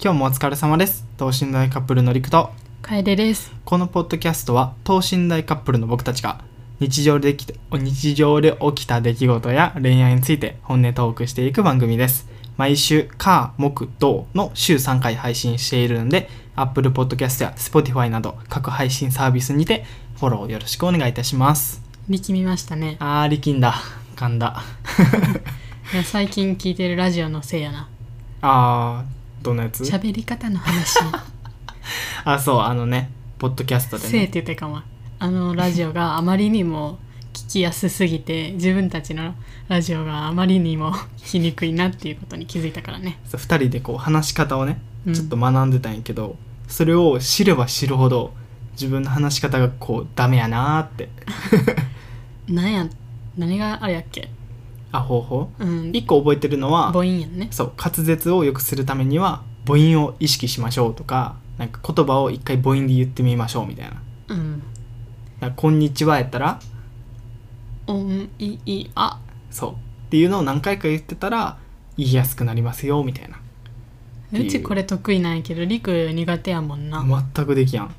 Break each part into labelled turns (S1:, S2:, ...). S1: 今日もお疲れ様です等身大カップルのりくと
S2: 楓です。
S1: このポッドキャストは等身大カップルの僕たちが日常できて日常で起きた出来事や恋愛について本音トークしていく番組です毎週火木土の週3回配信しているので Apple Podcast や Spotify など各配信サービスにてフォローよろしくお願いいたします
S2: 力みましたね。
S1: あー力んだ噛んだ
S2: いや最近聞いてるラジオのせいやな。
S1: あーどんなやつ
S2: 喋り方 の話。
S1: あそうあのねポッドキャストで
S2: せいっ
S1: ね
S2: て言ってかも。あのラジオがあまりにも聞きやすすぎて、自分たちのラジオがあまりにも聞きにくいなっていうことに気づいたからね。
S1: そう二人でこう話し方をね
S2: うん
S1: ちょっと学んでたんやけど、それを知れば知るほど自分の話し方がこうダメやなーって
S2: なんや、何があれやっけ
S1: あ方法
S2: うん。
S1: 一個覚えてるのは
S2: 母音やんね。
S1: そう滑舌を良くするためには母音を意識しましょうとかなんか言葉を一回母音で言ってみましょうみたいな
S2: うん。
S1: 「なんかこんにちは」やったら
S2: 音、い、い、あ。
S1: そうっていうのを何回か言ってたら言いやすくなりますよみたいな
S2: うちこれ得意なんやけど、りく苦手やもんな。
S1: 全くできやん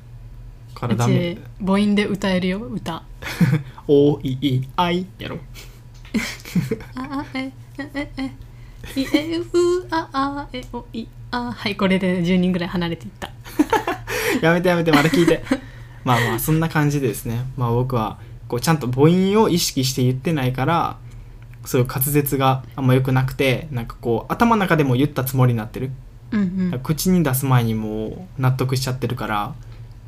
S1: か
S2: う
S1: らダメ
S2: ち母音で歌えるよ、歌。
S1: 「おいいあい」やろ
S2: ああええええいえうああえおいあはいこれで10人ぐらい離れていった
S1: やめてやめてまだ聞いて まあまあそんな感じでですねまあ僕はこうちゃんと母音を意識して言ってないからそういう滑舌があんま良くなくてなんかこう頭の中でも言ったつもりになってる
S2: うんうん
S1: 口に出す前にもう納得しちゃってるから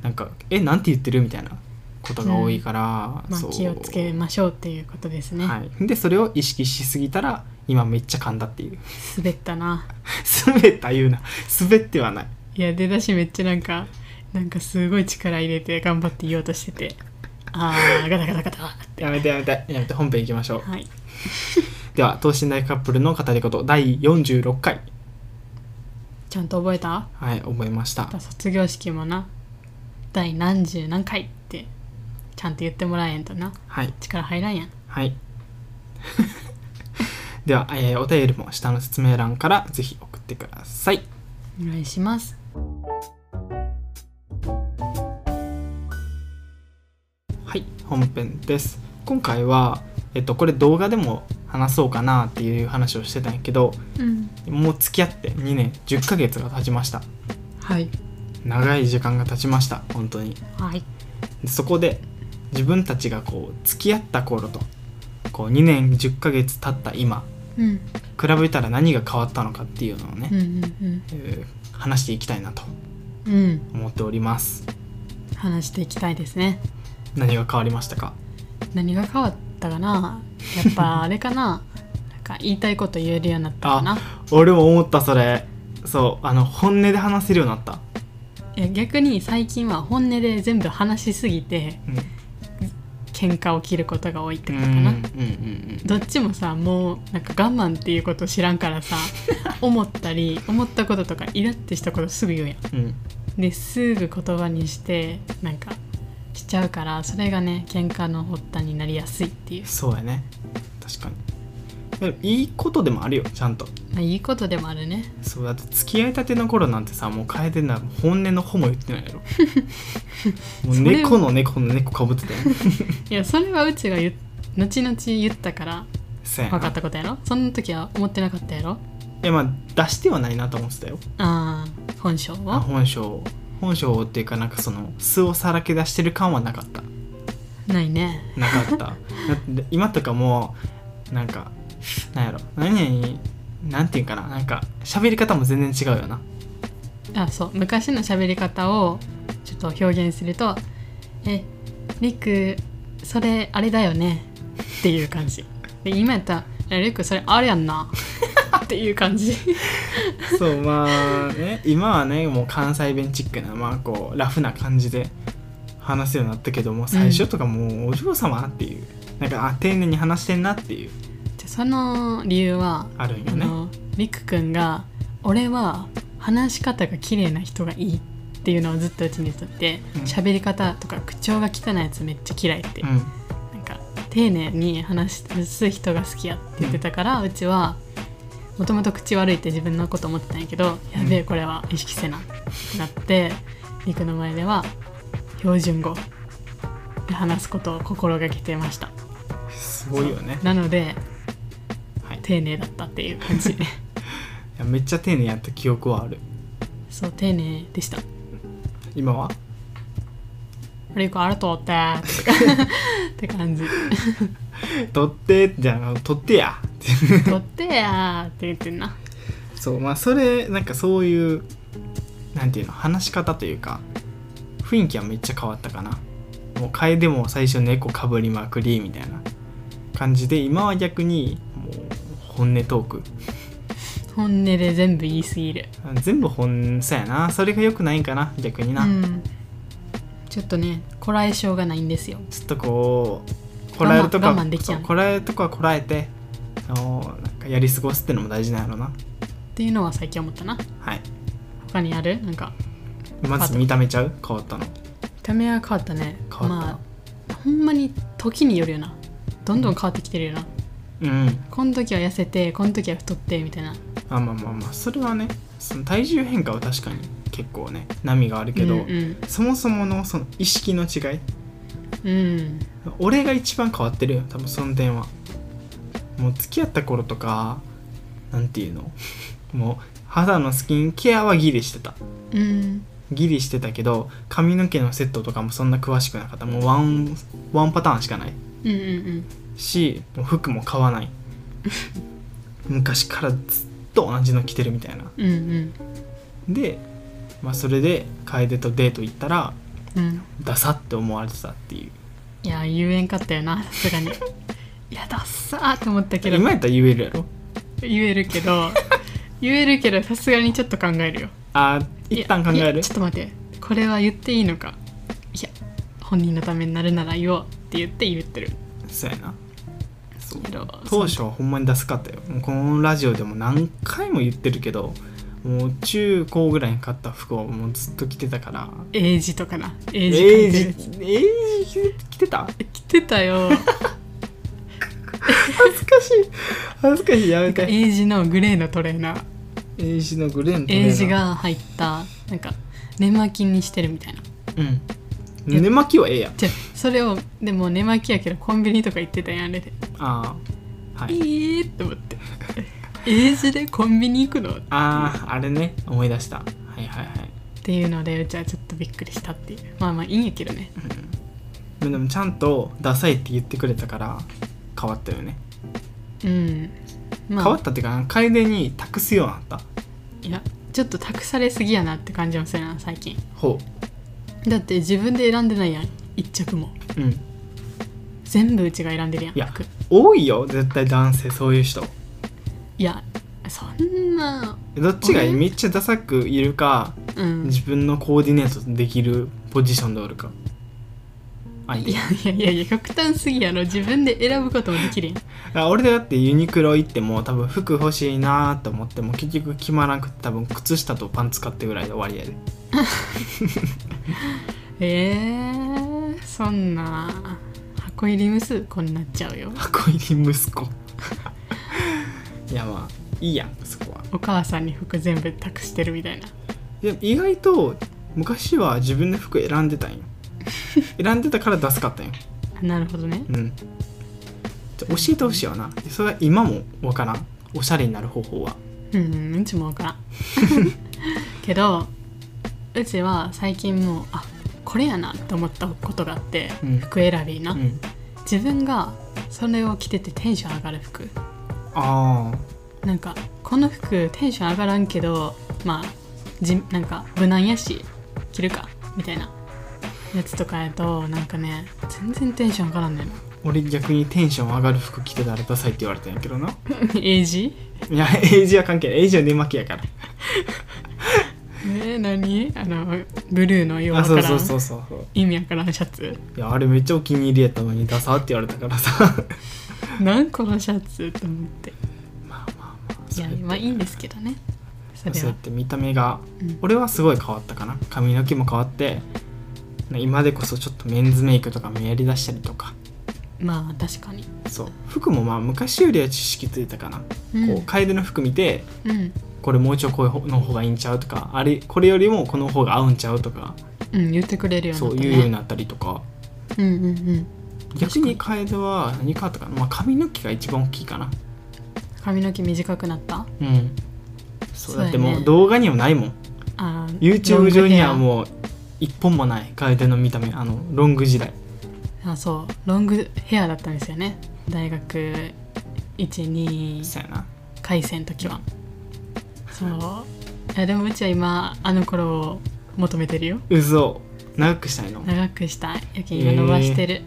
S1: なんか「えなんて言ってる?」みたいなことが多いから、
S2: まあ
S1: そう
S2: 気をつけましょうっていうことですね、
S1: はい、でそれを意識しすぎたら今めっちゃ噛んだっていう
S2: 滑ったな
S1: 滑った言うな滑ってはない
S2: いや出だしめっちゃなんかなんかすごい力入れて頑張って言おうとしててあーガタガタガタって
S1: やめてやめてやめて本編いきましょう
S2: はい
S1: では等身大カップルの語り事第46回
S2: ちゃんと覚えた
S1: はい覚えました
S2: 卒業式もな第何十何回ってちゃんと言ってもらえんとな
S1: はい
S2: 力入らんやん
S1: はい では、えーお便りも下の説明欄からぜひ送ってください
S2: お願いします
S1: はい本編です今回はえっとこれ動画でも話そうかなっていう話をしてたんやけど
S2: うん
S1: もう付き合って2年10ヶ月が経ちました
S2: はい
S1: 長い時間が経ちました本当に
S2: はい
S1: でそこで自分たちがこう付き合った頃とこう2年10ヶ月経った今
S2: うん
S1: 比べたら何が変わったのかっていうのをね、
S2: うんうん
S1: えー話していきたいなと
S2: うんうん
S1: 思っております
S2: 話していきたいですね
S1: 何が変わりましたか
S2: 何が変わったかなやっぱあれかな なんか言いたいこと言えるようになったかな
S1: 俺も思ったそれそうあの本音で話せるようになった、
S2: いや逆に最近は本音で全部話しすぎて
S1: うん、
S2: 喧嘩を切ることが多いって
S1: う
S2: こ
S1: ん
S2: と
S1: う
S2: か
S1: んうんう
S2: なんどっちもさもうなんか我慢っていうこと知らんからさ 思ったり思ったこととかイラってしたことすぐ言うやん
S1: うん
S2: ですぐ言葉にしてなんかしちゃうからそれがね喧嘩の発端になりやすいっていう、
S1: そうやね確かにでもいいことでもあるよちゃんと
S2: まあ、いいことでもあるね
S1: そうだって付き合いたての頃なんてさもう楓な本音のほも言って ないやろもう
S2: それ
S1: 猫の猫の猫かぶってたよ
S2: いやそれはうちが言っ後々言ったから
S1: そうや
S2: 分かっ
S1: な
S2: たことやろその時は思ってなかったやろ
S1: いやまあ出してはないなと思ってたよ
S2: ああ本性
S1: あ
S2: は
S1: 本性本性っていうかなんかその素をさらけ出してる感はなかった
S2: ないね
S1: なか っただって今とかもうなんかなんやろ何々なんていうんかななんか喋り方も全然違うよな
S2: あそう昔の喋り方をちょっと表現すると「えりくそれあれだよね」っていう感じで今やったらえ「りくそれあれやんな」っていう感じ
S1: そうまあね今はねもう関西弁チックなまあこうラフな感じで話すようになったけども最初とかもうお嬢様っていう、なんかあ丁寧に話してんなっていう
S2: じゃその理由は
S1: あるん
S2: あ
S1: よね
S2: のりくくんが「俺は話し方が綺麗な人がいい」っていうのをずっとうちに言っとって
S1: うん
S2: 喋、り方とか口調が汚いやつめっちゃ嫌いって、
S1: う
S2: なん
S1: ん
S2: か丁寧に話す人が好きやって言ってたから、うちはもともと口悪いって自分のこと思ってたんやけどやべえこれは意識せなってなってりくの前では標準語で話すことを心がけてました
S1: すごいよね
S2: なので
S1: はい
S2: 丁寧だったっていう感じ
S1: いやめっちゃ丁寧やった記憶はある
S2: そう丁寧でした
S1: 今は
S2: 「りくあるとって」とかって感じ
S1: 「取って」じゃあ取ってや」
S2: 「とってや」って言ってんな
S1: そうまあそれなんかそういうなんていうの話し方というか雰囲気はめっちゃ変わったかなもう楓も最初猫かぶりまくりみたいな感じで今は逆にもう本音トーク
S2: 本音で全部言いすぎる
S1: 全部本そうやなそれが良くないんかな逆にな、
S2: うんちょっとねこらえ性がないんですよ
S1: ちょっとこうこらえるとこは
S2: 我慢我慢できやん
S1: そうこらえるとこはこらえてあのなんかやり過ごすってのも大事なんやろな
S2: っていうのは最近思ったな
S1: はい
S2: 他にあるなんか
S1: まず見た目ちゃう変わったの
S2: 見た目は変わったね
S1: 変わった
S2: まあほんまに時によるよなどんどん変わってきてるよな、
S1: うん
S2: この時は痩せてこの時は太ってみたいな
S1: あまあまあまあそれはねその体重変化は確かに結構ね波があるけど、
S2: うんうん、
S1: そもそものその意識の違い
S2: うん
S1: 俺が一番変わってるよ多分その点はもう付き合った頃とかなんていうの もう肌のスキンケアはギリしてた
S2: うん
S1: ギリしてたけど髪の毛のセットとかもそんな詳しくなかったもうワンワンパターンしかない
S2: うんうん
S1: しもう服も買わない 昔からずっと同じの着てるみたいな
S2: うんうん
S1: で、まあ、それで楓とデート行ったら
S2: うんうん
S1: ダサって思われてたっていう
S2: いや言えんかったよなさ すがにいやダッサーって思ったけど
S1: 今やったら言えるやろ
S2: 言える けど言えるけどさすがにちょっと考えるよ
S1: あー一旦考
S2: いや
S1: え
S2: いや
S1: る
S2: ちょっと待ってこれは言っていいのかいや本人のためになるなら言おうって言って言ってる
S1: そうやなそう
S2: けど
S1: 当初はほんまにダサかったよもうこのラジオでも何回も言ってるけどもう中高ぐらいに買った服をもうずっと着てたから
S2: 英字とかな英字書
S1: え
S2: いてるや
S1: え
S2: つ
S1: え着てた
S2: 来て たよ
S1: 恥ずかしい恥ずかしいやめて
S2: 英字のグレーのトレーナー
S1: 英字のグレーのトレーナー
S2: 英字が入ったなんか寝巻きにしてるみたいな
S1: うん寝巻きはええやん
S2: じゃあそれをでも寝巻きやけどコンビニとか行ってたやんあれで、
S1: ああはい
S2: い、えーって思って英字でコンビニ行くのっ
S1: あああれね思い出したはいはいはい
S2: ていうのでうちはちょっとびっくりしたっていうまあまあいいんやけどね
S1: でもちゃんとダサいって言ってくれたから変わったよね、
S2: うんまあ
S1: 変わったっていうか楓に託すようになった
S2: いやちょっと託されすぎやなって感じもするな最近
S1: ほ
S2: だって自分で選んでないやん一着も
S1: ううん
S2: 全部うちが選んでるやん
S1: いや
S2: 服
S1: 多いよ絶対男性そういう人
S2: いやそんな
S1: どっちがいい
S2: 俺
S1: めっちゃダサくいるか
S2: うん
S1: 自分のコーディネートできるポジションでおるかあい
S2: い
S1: い
S2: やいやいやいや極端すぎやろ自分で選ぶこともできるやん
S1: あ俺だってユニクロ行っても多分服欲しいなと思っても結局決まらなくて多分靴下とパンツ買ってぐらいで終わりやで
S2: えー、そんな箱入り無数こになっちゃうよ
S1: 箱入り息子 いやまあいいやんそこは
S2: お母さんに服全部託してるみたいな
S1: で意外と昔は自分の服選んでたん よ選んでたからダサかったんよ
S2: あなるほどね
S1: うんじゃ教えてほしいわなそれは今もわからんおしゃれになる方法は
S2: うんうちもわ からんけどうちは最近もうあこれやなと思ったことがあって、
S1: うん
S2: 服選びな、
S1: うん
S2: 自分がそれを着ててテンション上がる服
S1: ああ
S2: なんかこの服テンション上がらんけどまあじなんか無難やし着るかみたいなやつとかやとなんかね全然テンション上がらんねんな
S1: 俺逆にテンション上がる服着てたらダサいって言われたんやけどな
S2: エイジ
S1: いやエイジは関係ないエイジは寝巻きやから
S2: えー、何あのブルーのようわ
S1: あ
S2: か
S1: そう
S2: ら
S1: そ
S2: ん
S1: うそうそうそう
S2: 意味わからんシャツ
S1: いやあれめっちゃお気に入りやったのにダサって言われたからさ
S2: 何このシャツと思って
S1: まあまあまあ
S2: いやまあいいんですけどねそ れ
S1: そう
S2: は
S1: やって見た目が、
S2: うん
S1: 俺はすごい変わったかな髪の毛も変わって今でこそちょっとメンズメイクとかもやりだしたりとか
S2: まあ確かに
S1: そう服もまあ昔よりは知識ついたかな、こう楓の服見て
S2: うん、うん
S1: これもうちょいこうの方がいいんちゃうとかあれこれよりもこの方が合うんちゃうとか
S2: うん、言ってくれるよう
S1: そう
S2: になった、ね、
S1: 言うようになったりとか
S2: うんうんうん
S1: 逆に楓は何かあったかな、まあ、髪の毛が一番大きいかな
S2: 髪の毛短くなった
S1: うんそう
S2: そう
S1: だ
S2: や
S1: って
S2: ね
S1: もう動画にもないもん
S2: あー
S1: YouTube 上には
S2: ロング
S1: もう一本もない楓の見た目あのロング時代
S2: ヘアあそうロングヘアだったんですよね大学12
S1: そうやな
S2: 回戦の時はそういやでもうちは今あの頃を求めてるよ
S1: うそ長くしたいの
S2: 長くしたいやけん今伸ばしてる、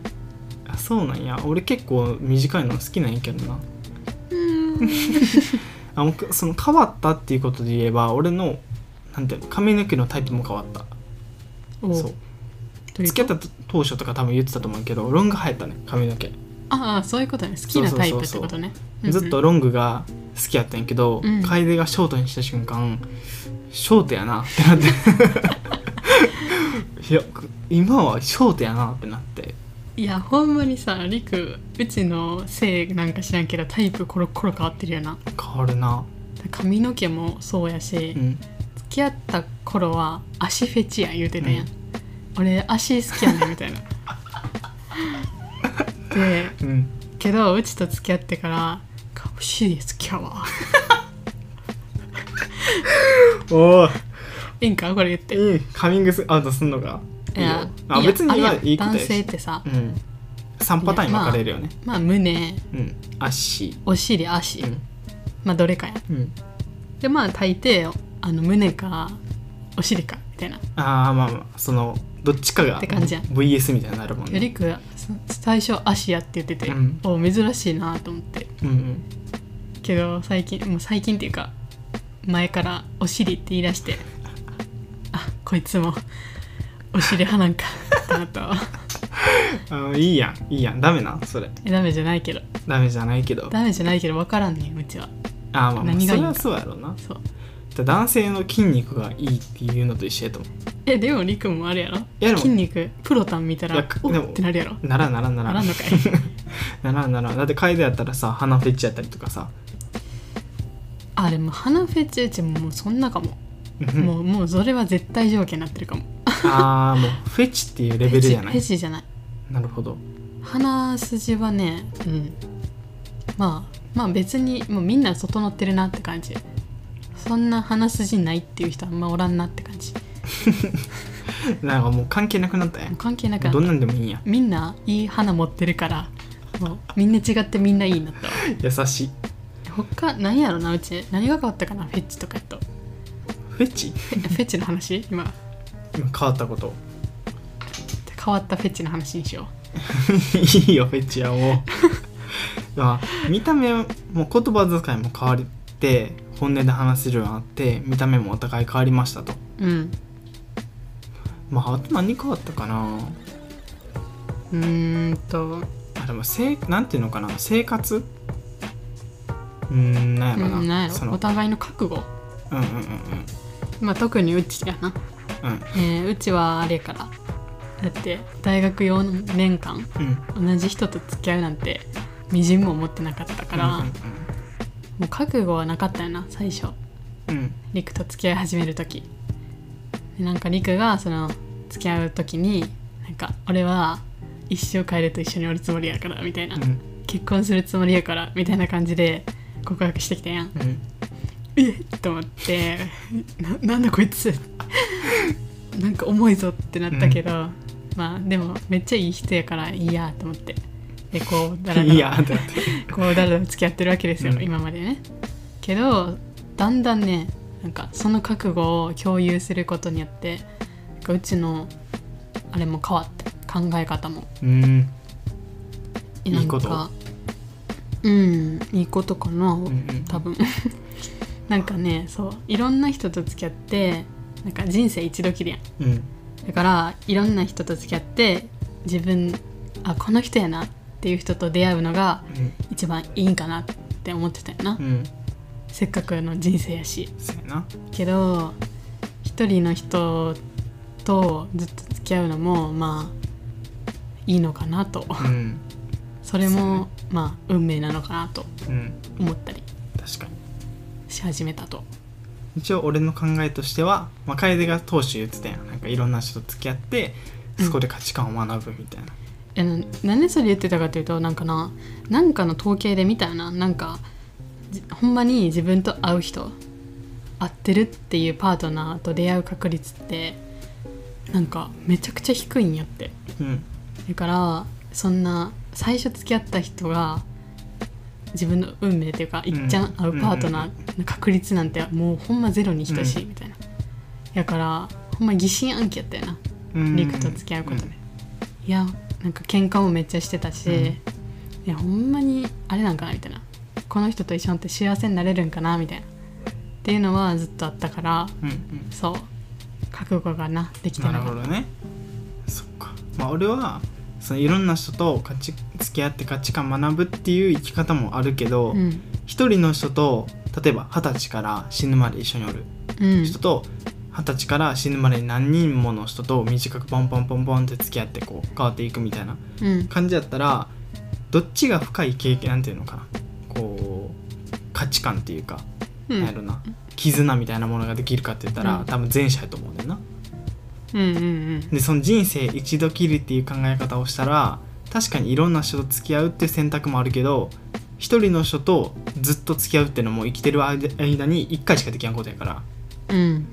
S1: あそうなんや俺結構短いの好きなんやけどな
S2: うーん
S1: あもうくその変わったっていうことで言えば俺のなんていうの髪の毛のタイプも変わった
S2: お
S1: そう
S2: という
S1: 付き合った当初とか多分言ってたと思うけどロング生えたね髪の毛、
S2: ああそういうことね好きなタイプってことね
S1: ずっと
S2: うん
S1: ロングが好きやったんやけど、
S2: うん
S1: 楓がショートにした瞬間ショートやなってなって いや今はショートやなってなって
S2: うんいやほんまにさりくうちのせいなんか知らんけどタイプコロコロ変わってるよな
S1: 変わるな、
S2: 髪の毛もそうやし、
S1: うん、
S2: 付き合った頃は足フェチや言うてたやん、俺足好きやねんみ たいなで
S1: うん、
S2: けどうちと付き合ってから「顔しい好きやわ
S1: おお」
S2: いいんかこれ言って
S1: いいカミングスアウトすんのかいいよあ
S2: いや
S1: 別にまあ
S2: れやん
S1: いいこと
S2: 男
S1: やし
S2: 性ってさ、
S1: うん、3パターンに分かれるよね、
S2: まあ胸
S1: うん足
S2: お尻足、
S1: うん
S2: まあどれかやん
S1: うん
S2: でまあ大抵あの胸かお尻かみたいな
S1: ああまあまあそのどっちかが
S2: って感じやん
S1: VS みたいになるもん
S2: よ
S1: ね
S2: りくそ最初足やって言ってて、
S1: うん
S2: お珍しいなと思って
S1: うんうん
S2: けど最近もう最近っていうか前から「お尻」って言い出して あこいつもお尻派なんかって なったわ
S1: あーいいやんいいやんダメなそれ
S2: えダメじゃないけど
S1: ダメじゃないけど
S2: ダメじゃないけど分からんねんうちは
S1: あーまあまあ
S2: 何
S1: そ
S2: がいい
S1: れ
S2: ん
S1: は
S2: だ
S1: そうやろうな
S2: そう
S1: だ男性の筋肉がいいっていうのと一緒やと思
S2: えでもりくんもあるやろ
S1: やでも
S2: 筋肉プロタン見た
S1: い
S2: ら
S1: や
S2: お
S1: でも
S2: っってなるやろ
S1: うならんならんな
S2: な
S1: らん
S2: らんのかい
S1: ならんならんだって楓やったらさ鼻フェチやったりとかさ
S2: あでも鼻フェチうちもうそんなかも、
S1: うん
S2: もうもうそれは絶対条件になってるかも
S1: あーもうフェチっていうレベルじゃな
S2: フェ
S1: い
S2: チフェチじゃない
S1: なるほど
S2: 鼻筋はねうんまあまあ別にもうみんな整ってるなって感じそんな鼻筋ないっていう人あんまおらんなって感じも
S1: なんかもう関係なくなったや
S2: うん関係なくな
S1: ど
S2: っ
S1: ん
S2: た
S1: なんでもいいんや
S2: みんないい鼻持ってるからもうみんな違ってみんないいなったわ
S1: 優しい
S2: 他何やろなうち何が変わったかなフェッチとかやと
S1: フェチ
S2: フェフェッチの話今
S1: 今変わったこと
S2: 変わったフェッチの話にしよ
S1: いいよフェチはもう まあ見た目も言葉遣いも変わって本音で話せるようになって見た目もお互い変わりましたと
S2: ううん
S1: まああと何変わったかな
S2: うーんと
S1: あでもせいなんていうのかな生活うーんなんやろな
S2: うん何や
S1: そ
S2: ろ
S1: の
S2: お互いの覚悟
S1: うんうんうん
S2: まあ特にうちやな
S1: うん
S2: えーうちはあれやからだって大学4年間
S1: うんうん
S2: 同じ人と付き合うなんてみじんも思ってなかったから、
S1: うん
S2: もう覚悟はなかったよな最初
S1: うんうん
S2: りくと付き合い始める時でなんかりくがその付き合う時になんか俺は一生帰ると一緒におるつもりやからみたいな、
S1: うん
S2: 結婚するつもりやからみたいな感じで告白してきたやん
S1: うん
S2: えっと思って ななんだこいつ なんか重いぞってなったけど、まあでもめっちゃいい人やからいいやと思ってでこうだら
S1: いい
S2: だ
S1: や
S2: ら
S1: ってなって
S2: こうだらだら付き合ってるわけですよ、
S1: うん
S2: 今までねけどだんだんねなんかその覚悟を共有することによってなんかうちのあれも変わって考え方も
S1: うんい
S2: なん
S1: いこと
S2: かうんいいことかな、
S1: うんうん
S2: 多分 なんかねそういろんな人と付き合ってなんか人生一度きりやん
S1: うん
S2: だからいろんな人と付き合って自分あこの人やなっていう人と出会うのが
S1: うん
S2: 一番いいんかなって思ってたよな、
S1: うん
S2: せっかくの人生やし
S1: そうやな
S2: けど一人の人とずっと付き合うのもまあいいのかなと
S1: うん
S2: それも、まあ運命なのかなと
S1: うん
S2: 思ったり
S1: 確かに
S2: し始めたと
S1: 一応俺の考えとしては、まあ、楓が当初言ってたやんなんかいろんな人と付き合ってそこで価値観を学ぶみたいな、
S2: えななんでそれ言ってたかっていうとなんかななんかの統計で見たよななんかじほんまに自分と会う人会ってるっていうパートナーと出会う確率ってなんかめちゃくちゃ低いんやって
S1: うん、
S2: だからそんな最初付き合った人が自分の運命というかいっちゃん会うパートナーの確率なんてもうほんまゼロに等しいみたいな、やからほんま疑心暗鬼やったよな
S1: うん
S2: リクと付き合うことで、いやなんか喧嘩もめっちゃしてたし、
S1: うん
S2: いやほんまにあれなんかなみたいなこの人と一緒になって幸せになれるんかなみたいなっていうのはずっとあったから
S1: うんうん
S2: そう覚悟がなできて
S1: なる
S2: なか
S1: ほ
S2: っ
S1: どねそっかまあ俺はそのいろんな人と価値付き合って価値観学ぶっていう生き方もあるけ
S2: た
S1: ど
S2: うん
S1: 一、人の人と例えば二十歳から死ぬまで一緒におる
S2: うん
S1: 人と二十歳から死ぬまでに何人もの人と短くポンポンポンポンって付き合ってこう変わっていくみたいな
S2: うん
S1: 感じだったらどっちが深い経験なんていうのかなこう価値観っていうか、
S2: うん
S1: なんやろな絆みたいなものができるかって言ったら、
S2: うん
S1: 多分前者やと思うねんな。
S2: うんうん
S1: でその人生一度きりっていう考え方をしたら確かにいろんな人と付き合うっていう選択もあるけど一人の人とずっと付き合うってのも生きてる間間に一回しかできんことやから
S2: うんうん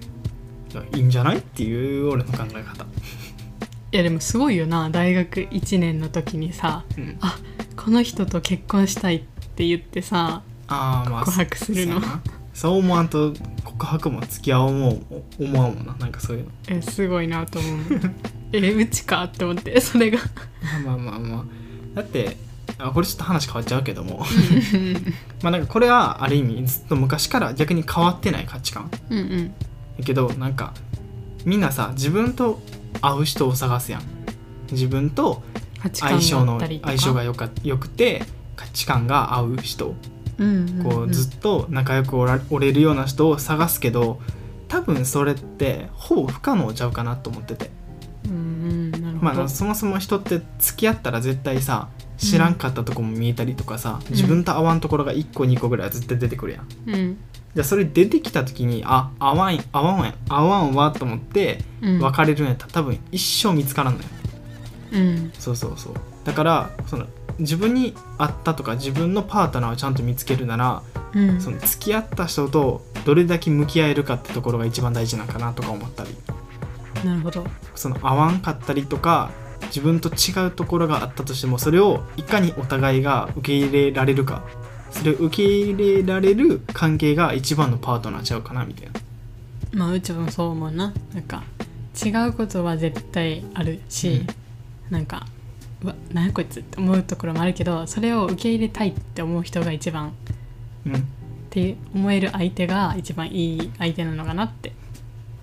S1: いやいいんじゃないっていう俺の考え方。
S2: いやでもすごいよな大学1年の時にさ
S1: うん
S2: この人と結婚したいって言ってさ
S1: あーまあ
S2: 告白するの
S1: そうやなそう思わんと告白も付き合おうも思わんもんななんかそういうの
S2: えすごいなと 思うえうちかって思ってそれが
S1: まあまあまあだってあこれちょっと話変わっちゃうけども まあなんかこれはある意味ずっと昔から逆に変わってない価値観
S2: うんうん
S1: だけどなんかみんなさ自分と合う人を探すやん自分と
S2: 価値観
S1: 相性
S2: だ
S1: の
S2: ったりとか
S1: 相性がよかよくて価値観が合う人
S2: うんんん
S1: こうずっと仲良くおらおれるような人を探すけど多分それってほぼ不可能ちゃうかなと思ってて、
S2: うんうんなるほど、
S1: まああの、そもそも人って付き合ったら絶対さ知らんかったとこも見えたりとかさ、
S2: ん
S1: 自分と合わんところが1個2個ぐらいは絶対出てくるやん。
S2: うん
S1: じゃあそれ出てきた時にあ合わん合わんわ合わんわと思って
S2: うん、
S1: 別れるんやったら多分一生見つからんのよ。
S2: うん
S1: そうそうそうだからその自分に合ったとか自分のパートナーをちゃんと見つけるなら
S2: うん
S1: その付き合った人とどれだけ向き合えるかってところが一番大事なんかなとか思ったり
S2: なるほど
S1: その合わんかったりとか自分と違うところがあったとしてもそれをいかにお互いが受け入れられるかそれを受け入れられる関係が一番のパートナーちゃうかなみたいな
S2: まあうちもそう思うななんか違うことは絶対あるし、なんかうわ何やこいつって思うところもあるけどそれを受け入れたいって思う人が一番っ
S1: うん
S2: て思える相手が一番いい相手なのかなって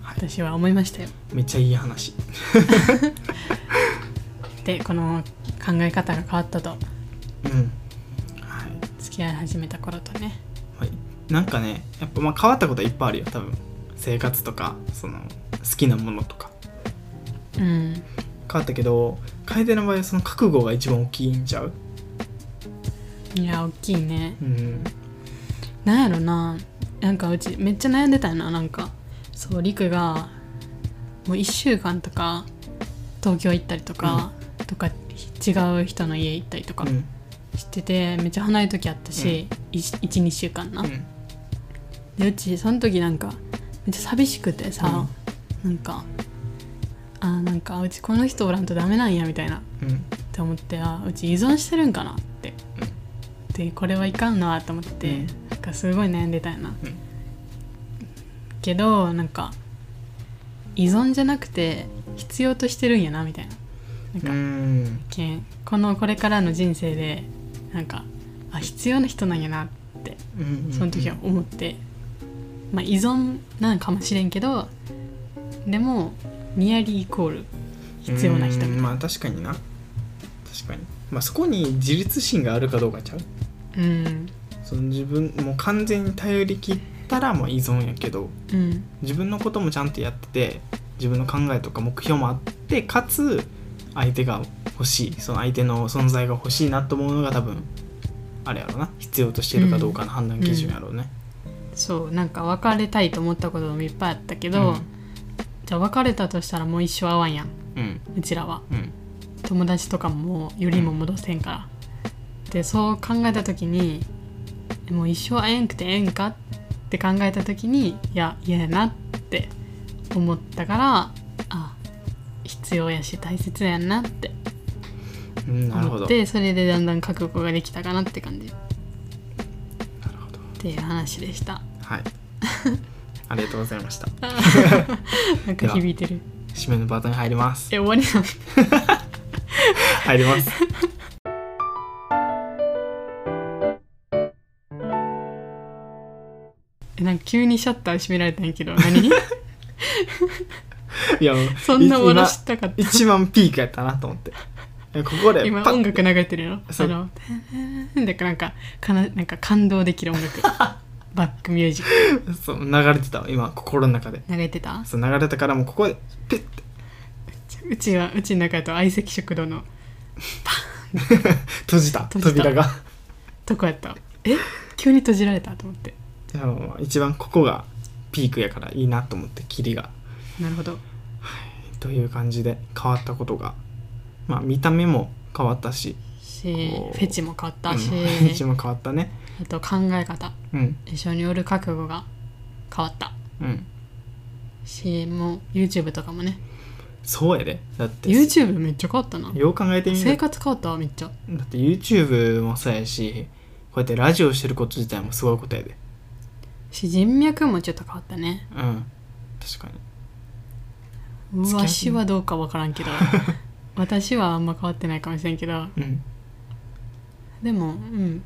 S1: はい
S2: 私は思いましたよ。
S1: めっちゃいい話
S2: でこの考え方が変わったと
S1: うんはい
S2: 付き合い始めた頃とね。
S1: はい、なんかねやっぱまあ変わったことはいっぱいあるよ多分生活とかその好きなものとか
S2: うん、
S1: 変わったけど楓の場合はその覚悟が一番大きいんちゃう
S2: いや大きいね。
S1: うん
S2: なんやろななんかうちめっちゃ悩んでたよななんかそうりくがもう1週間とか東京行ったりとか、とか違う人の家行ったりとか
S1: うん
S2: してて、めっちゃ離れる時あったし、12週間な、
S1: うん
S2: でうちその時なんかめっちゃ寂しくてさ、なんかあーなんかうちこの人おらんとダメなんやみたいな
S1: うん
S2: って思ってあうち依存してるんかなって、でこれはいかんなと思って、
S1: うん
S2: なんかすごい悩んでたよな、
S1: うん
S2: けどなんか依存じゃなくて必要としてるんやなみたいな
S1: う
S2: なんか、
S1: ん
S2: けんこのこれからの人生でなんかあ必要な人なんやなって
S1: うん
S2: その時は思って、まあ依存なんかもしれんけどでもニアリーイコール必要な人みたい
S1: うん
S2: な
S1: まあ確かにな確かにまあそこに自立心があるかどうかちゃう
S2: うん
S1: その自分もう完全に頼りきったらもう依存やけど
S2: うん
S1: 自分のこともちゃんとやってて自分の考えとか目標もあってかつ相手が欲しいその相手の存在が欲しいなと思うのが多分あれやろうな必要としてるかどうかの判断基準やろうね、
S2: そうなんか別れたいと思ったこともいっぱいあったけど、
S1: うん
S2: じゃあ別れたとしたらもう一生会わんやん
S1: うん
S2: うちらは
S1: うん
S2: 友達とかもよりも戻せんから、でそう考えた時にもう一生会えんくてええんかって考えた時にいや嫌やなって思ったからあ必要やし大切やんなって
S1: うんなるほ
S2: 思
S1: ど
S2: っ
S1: なる
S2: てそれでだんだん覚悟ができたかなって感じっ
S1: ほど
S2: ていう話 でした
S1: はいありがとうございました
S2: なんか響いてる
S1: 締めのパートに入ります
S2: え終わりなの
S1: 入ります。
S2: えなんか急にシャッター閉められたんやけど 何
S1: いや、もう
S2: そんな終わら
S1: 今
S2: したかった
S1: 一番ピークやったなと思って。 ここで
S2: 今
S1: パッ
S2: 音楽流れてるよ
S1: そ
S2: あ
S1: う
S2: の「なんかなんかかななんか感動できる 音楽バックミュージッ
S1: そう流れてたわ今心の中で。
S2: ク流れてた
S1: そう流れたからもうここでピッて
S2: うちはうちの中だと相席食堂の
S1: 閉じた
S2: 閉じた
S1: 扉が。
S2: とこやったえ急に閉じられたと思って
S1: いやもう一番ここがピークやからいいなと思って霧が。
S2: なるほど
S1: という感じで変わったことが、まあ見た目も変わったし、
S2: し
S1: こう
S2: フェチも変わったし、
S1: うん 一番変わったね。
S2: あと考え方
S1: うん
S2: 一緒におる覚悟が変わった
S1: うん。
S2: しもう YouTube とかもね
S1: そうやで。だって。
S2: YouTube めっちゃ変わったな
S1: よう考えてみると
S2: 生活変わったわめっちゃ
S1: だって YouTube もそうやしこうやってラジオしてること自体もすごいことやで
S2: し人脈もちょっと変わったね
S1: うん確かに付き合ってん
S2: うわ
S1: の
S2: しはどうかわか らんけど私はあんま変わってないかもしれんけど
S1: うん
S2: でもうん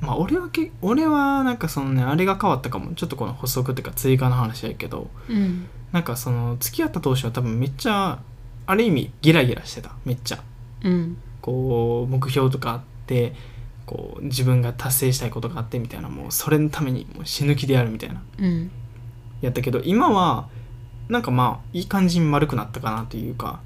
S1: まあ俺はけ俺はなんかそのねあれが変わったかもちょっとこの補足っていうか追加の話やけど
S2: うん
S1: なんかその付き合った当初は多分めっちゃある意味ギラギラしてためっちゃ
S2: うん
S1: こう目標とかあってこう自分が達成したいことがあってみたいなもうそれのためにもう死ぬ気でやるみたいな
S2: うん
S1: やったけど今はなんかまあいい感じに丸くなったかなというか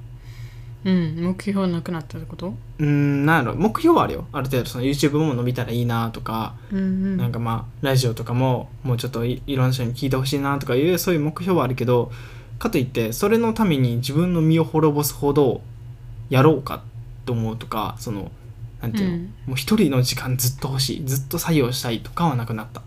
S2: うん目標なくなったってこと
S1: うーんなんやろ目標はあるよある程度その YouTube も伸びたらいいなとか、
S2: うんうん
S1: なんかまあラジオとかももうちょっといいろんな人に聞いてほしいなとかいうそういう目標はあるけどかといってそれのために自分の身を滅ぼすほどやろうかと思うとかそのなんていうの、
S2: うん
S1: もう一人の時間ずっと欲しいずっと作業したいとかはなくなった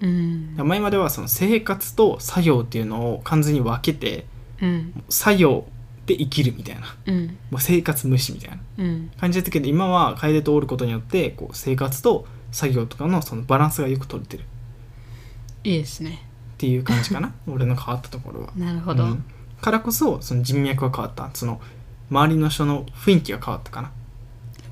S2: うん
S1: 前まではその生活と作業っていうのを完全に分けて
S2: うん
S1: 作業で生きるみたいな
S2: うん
S1: もう生活無視みたいな
S2: うん
S1: 感じだったけど今は楓とおることによってこう生活と作業とかのそのバランスがよく取れてるっ
S2: いいですね
S1: ていう感じか な俺の変わったところは。
S2: なるほど、
S1: うんからこそその人脈が変わったその周りの人の雰囲気が変わったかな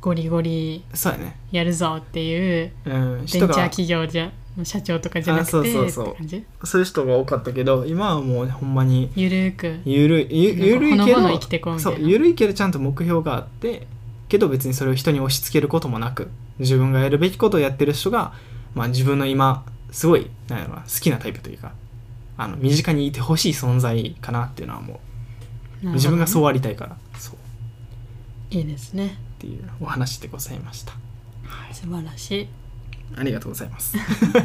S2: ゴリゴリ
S1: そうやね、
S2: やるぞっていう
S1: うん、
S2: ベンチャ
S1: 人
S2: ー
S1: が
S2: 企業じゃ社長とかじゃなくて
S1: あそうそうそう
S2: って感じ
S1: そういう人が多かったけど今はもうほんまに
S2: ゆるーく
S1: ゆるいゆゆるい
S2: なん
S1: け
S2: かほのぼ
S1: ど
S2: の生きてこうみた
S1: そ
S2: いうな
S1: ゆるいけどちゃんと目標があってけど別にそれを人に押し付けることもなく自分がやるべきことをやってる人が、まあ、自分の今すごいなんやろな好きなタイプというかあの身近にいてほしい存在かなっていうのはもう自分がそう
S2: う
S1: ありたいからそうっ
S2: いいですね
S1: ていうお話でございました
S2: 素晴らしい
S1: ありがとうございます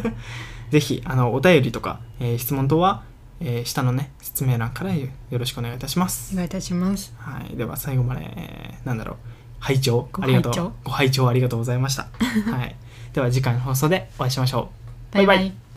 S1: ぜひあのお便りとか、えー質問等は、えー下のね説明欄からよよろしくお願いいたします
S2: お願いいたします
S1: はい、では最後まで、えーなんだろう拝聴
S2: ご
S1: ありがとう
S2: 拝聴
S1: ご拝聴ありがとうございました、はい、では次回の放送でお会いしましょう
S2: バイバイ
S1: バイバイ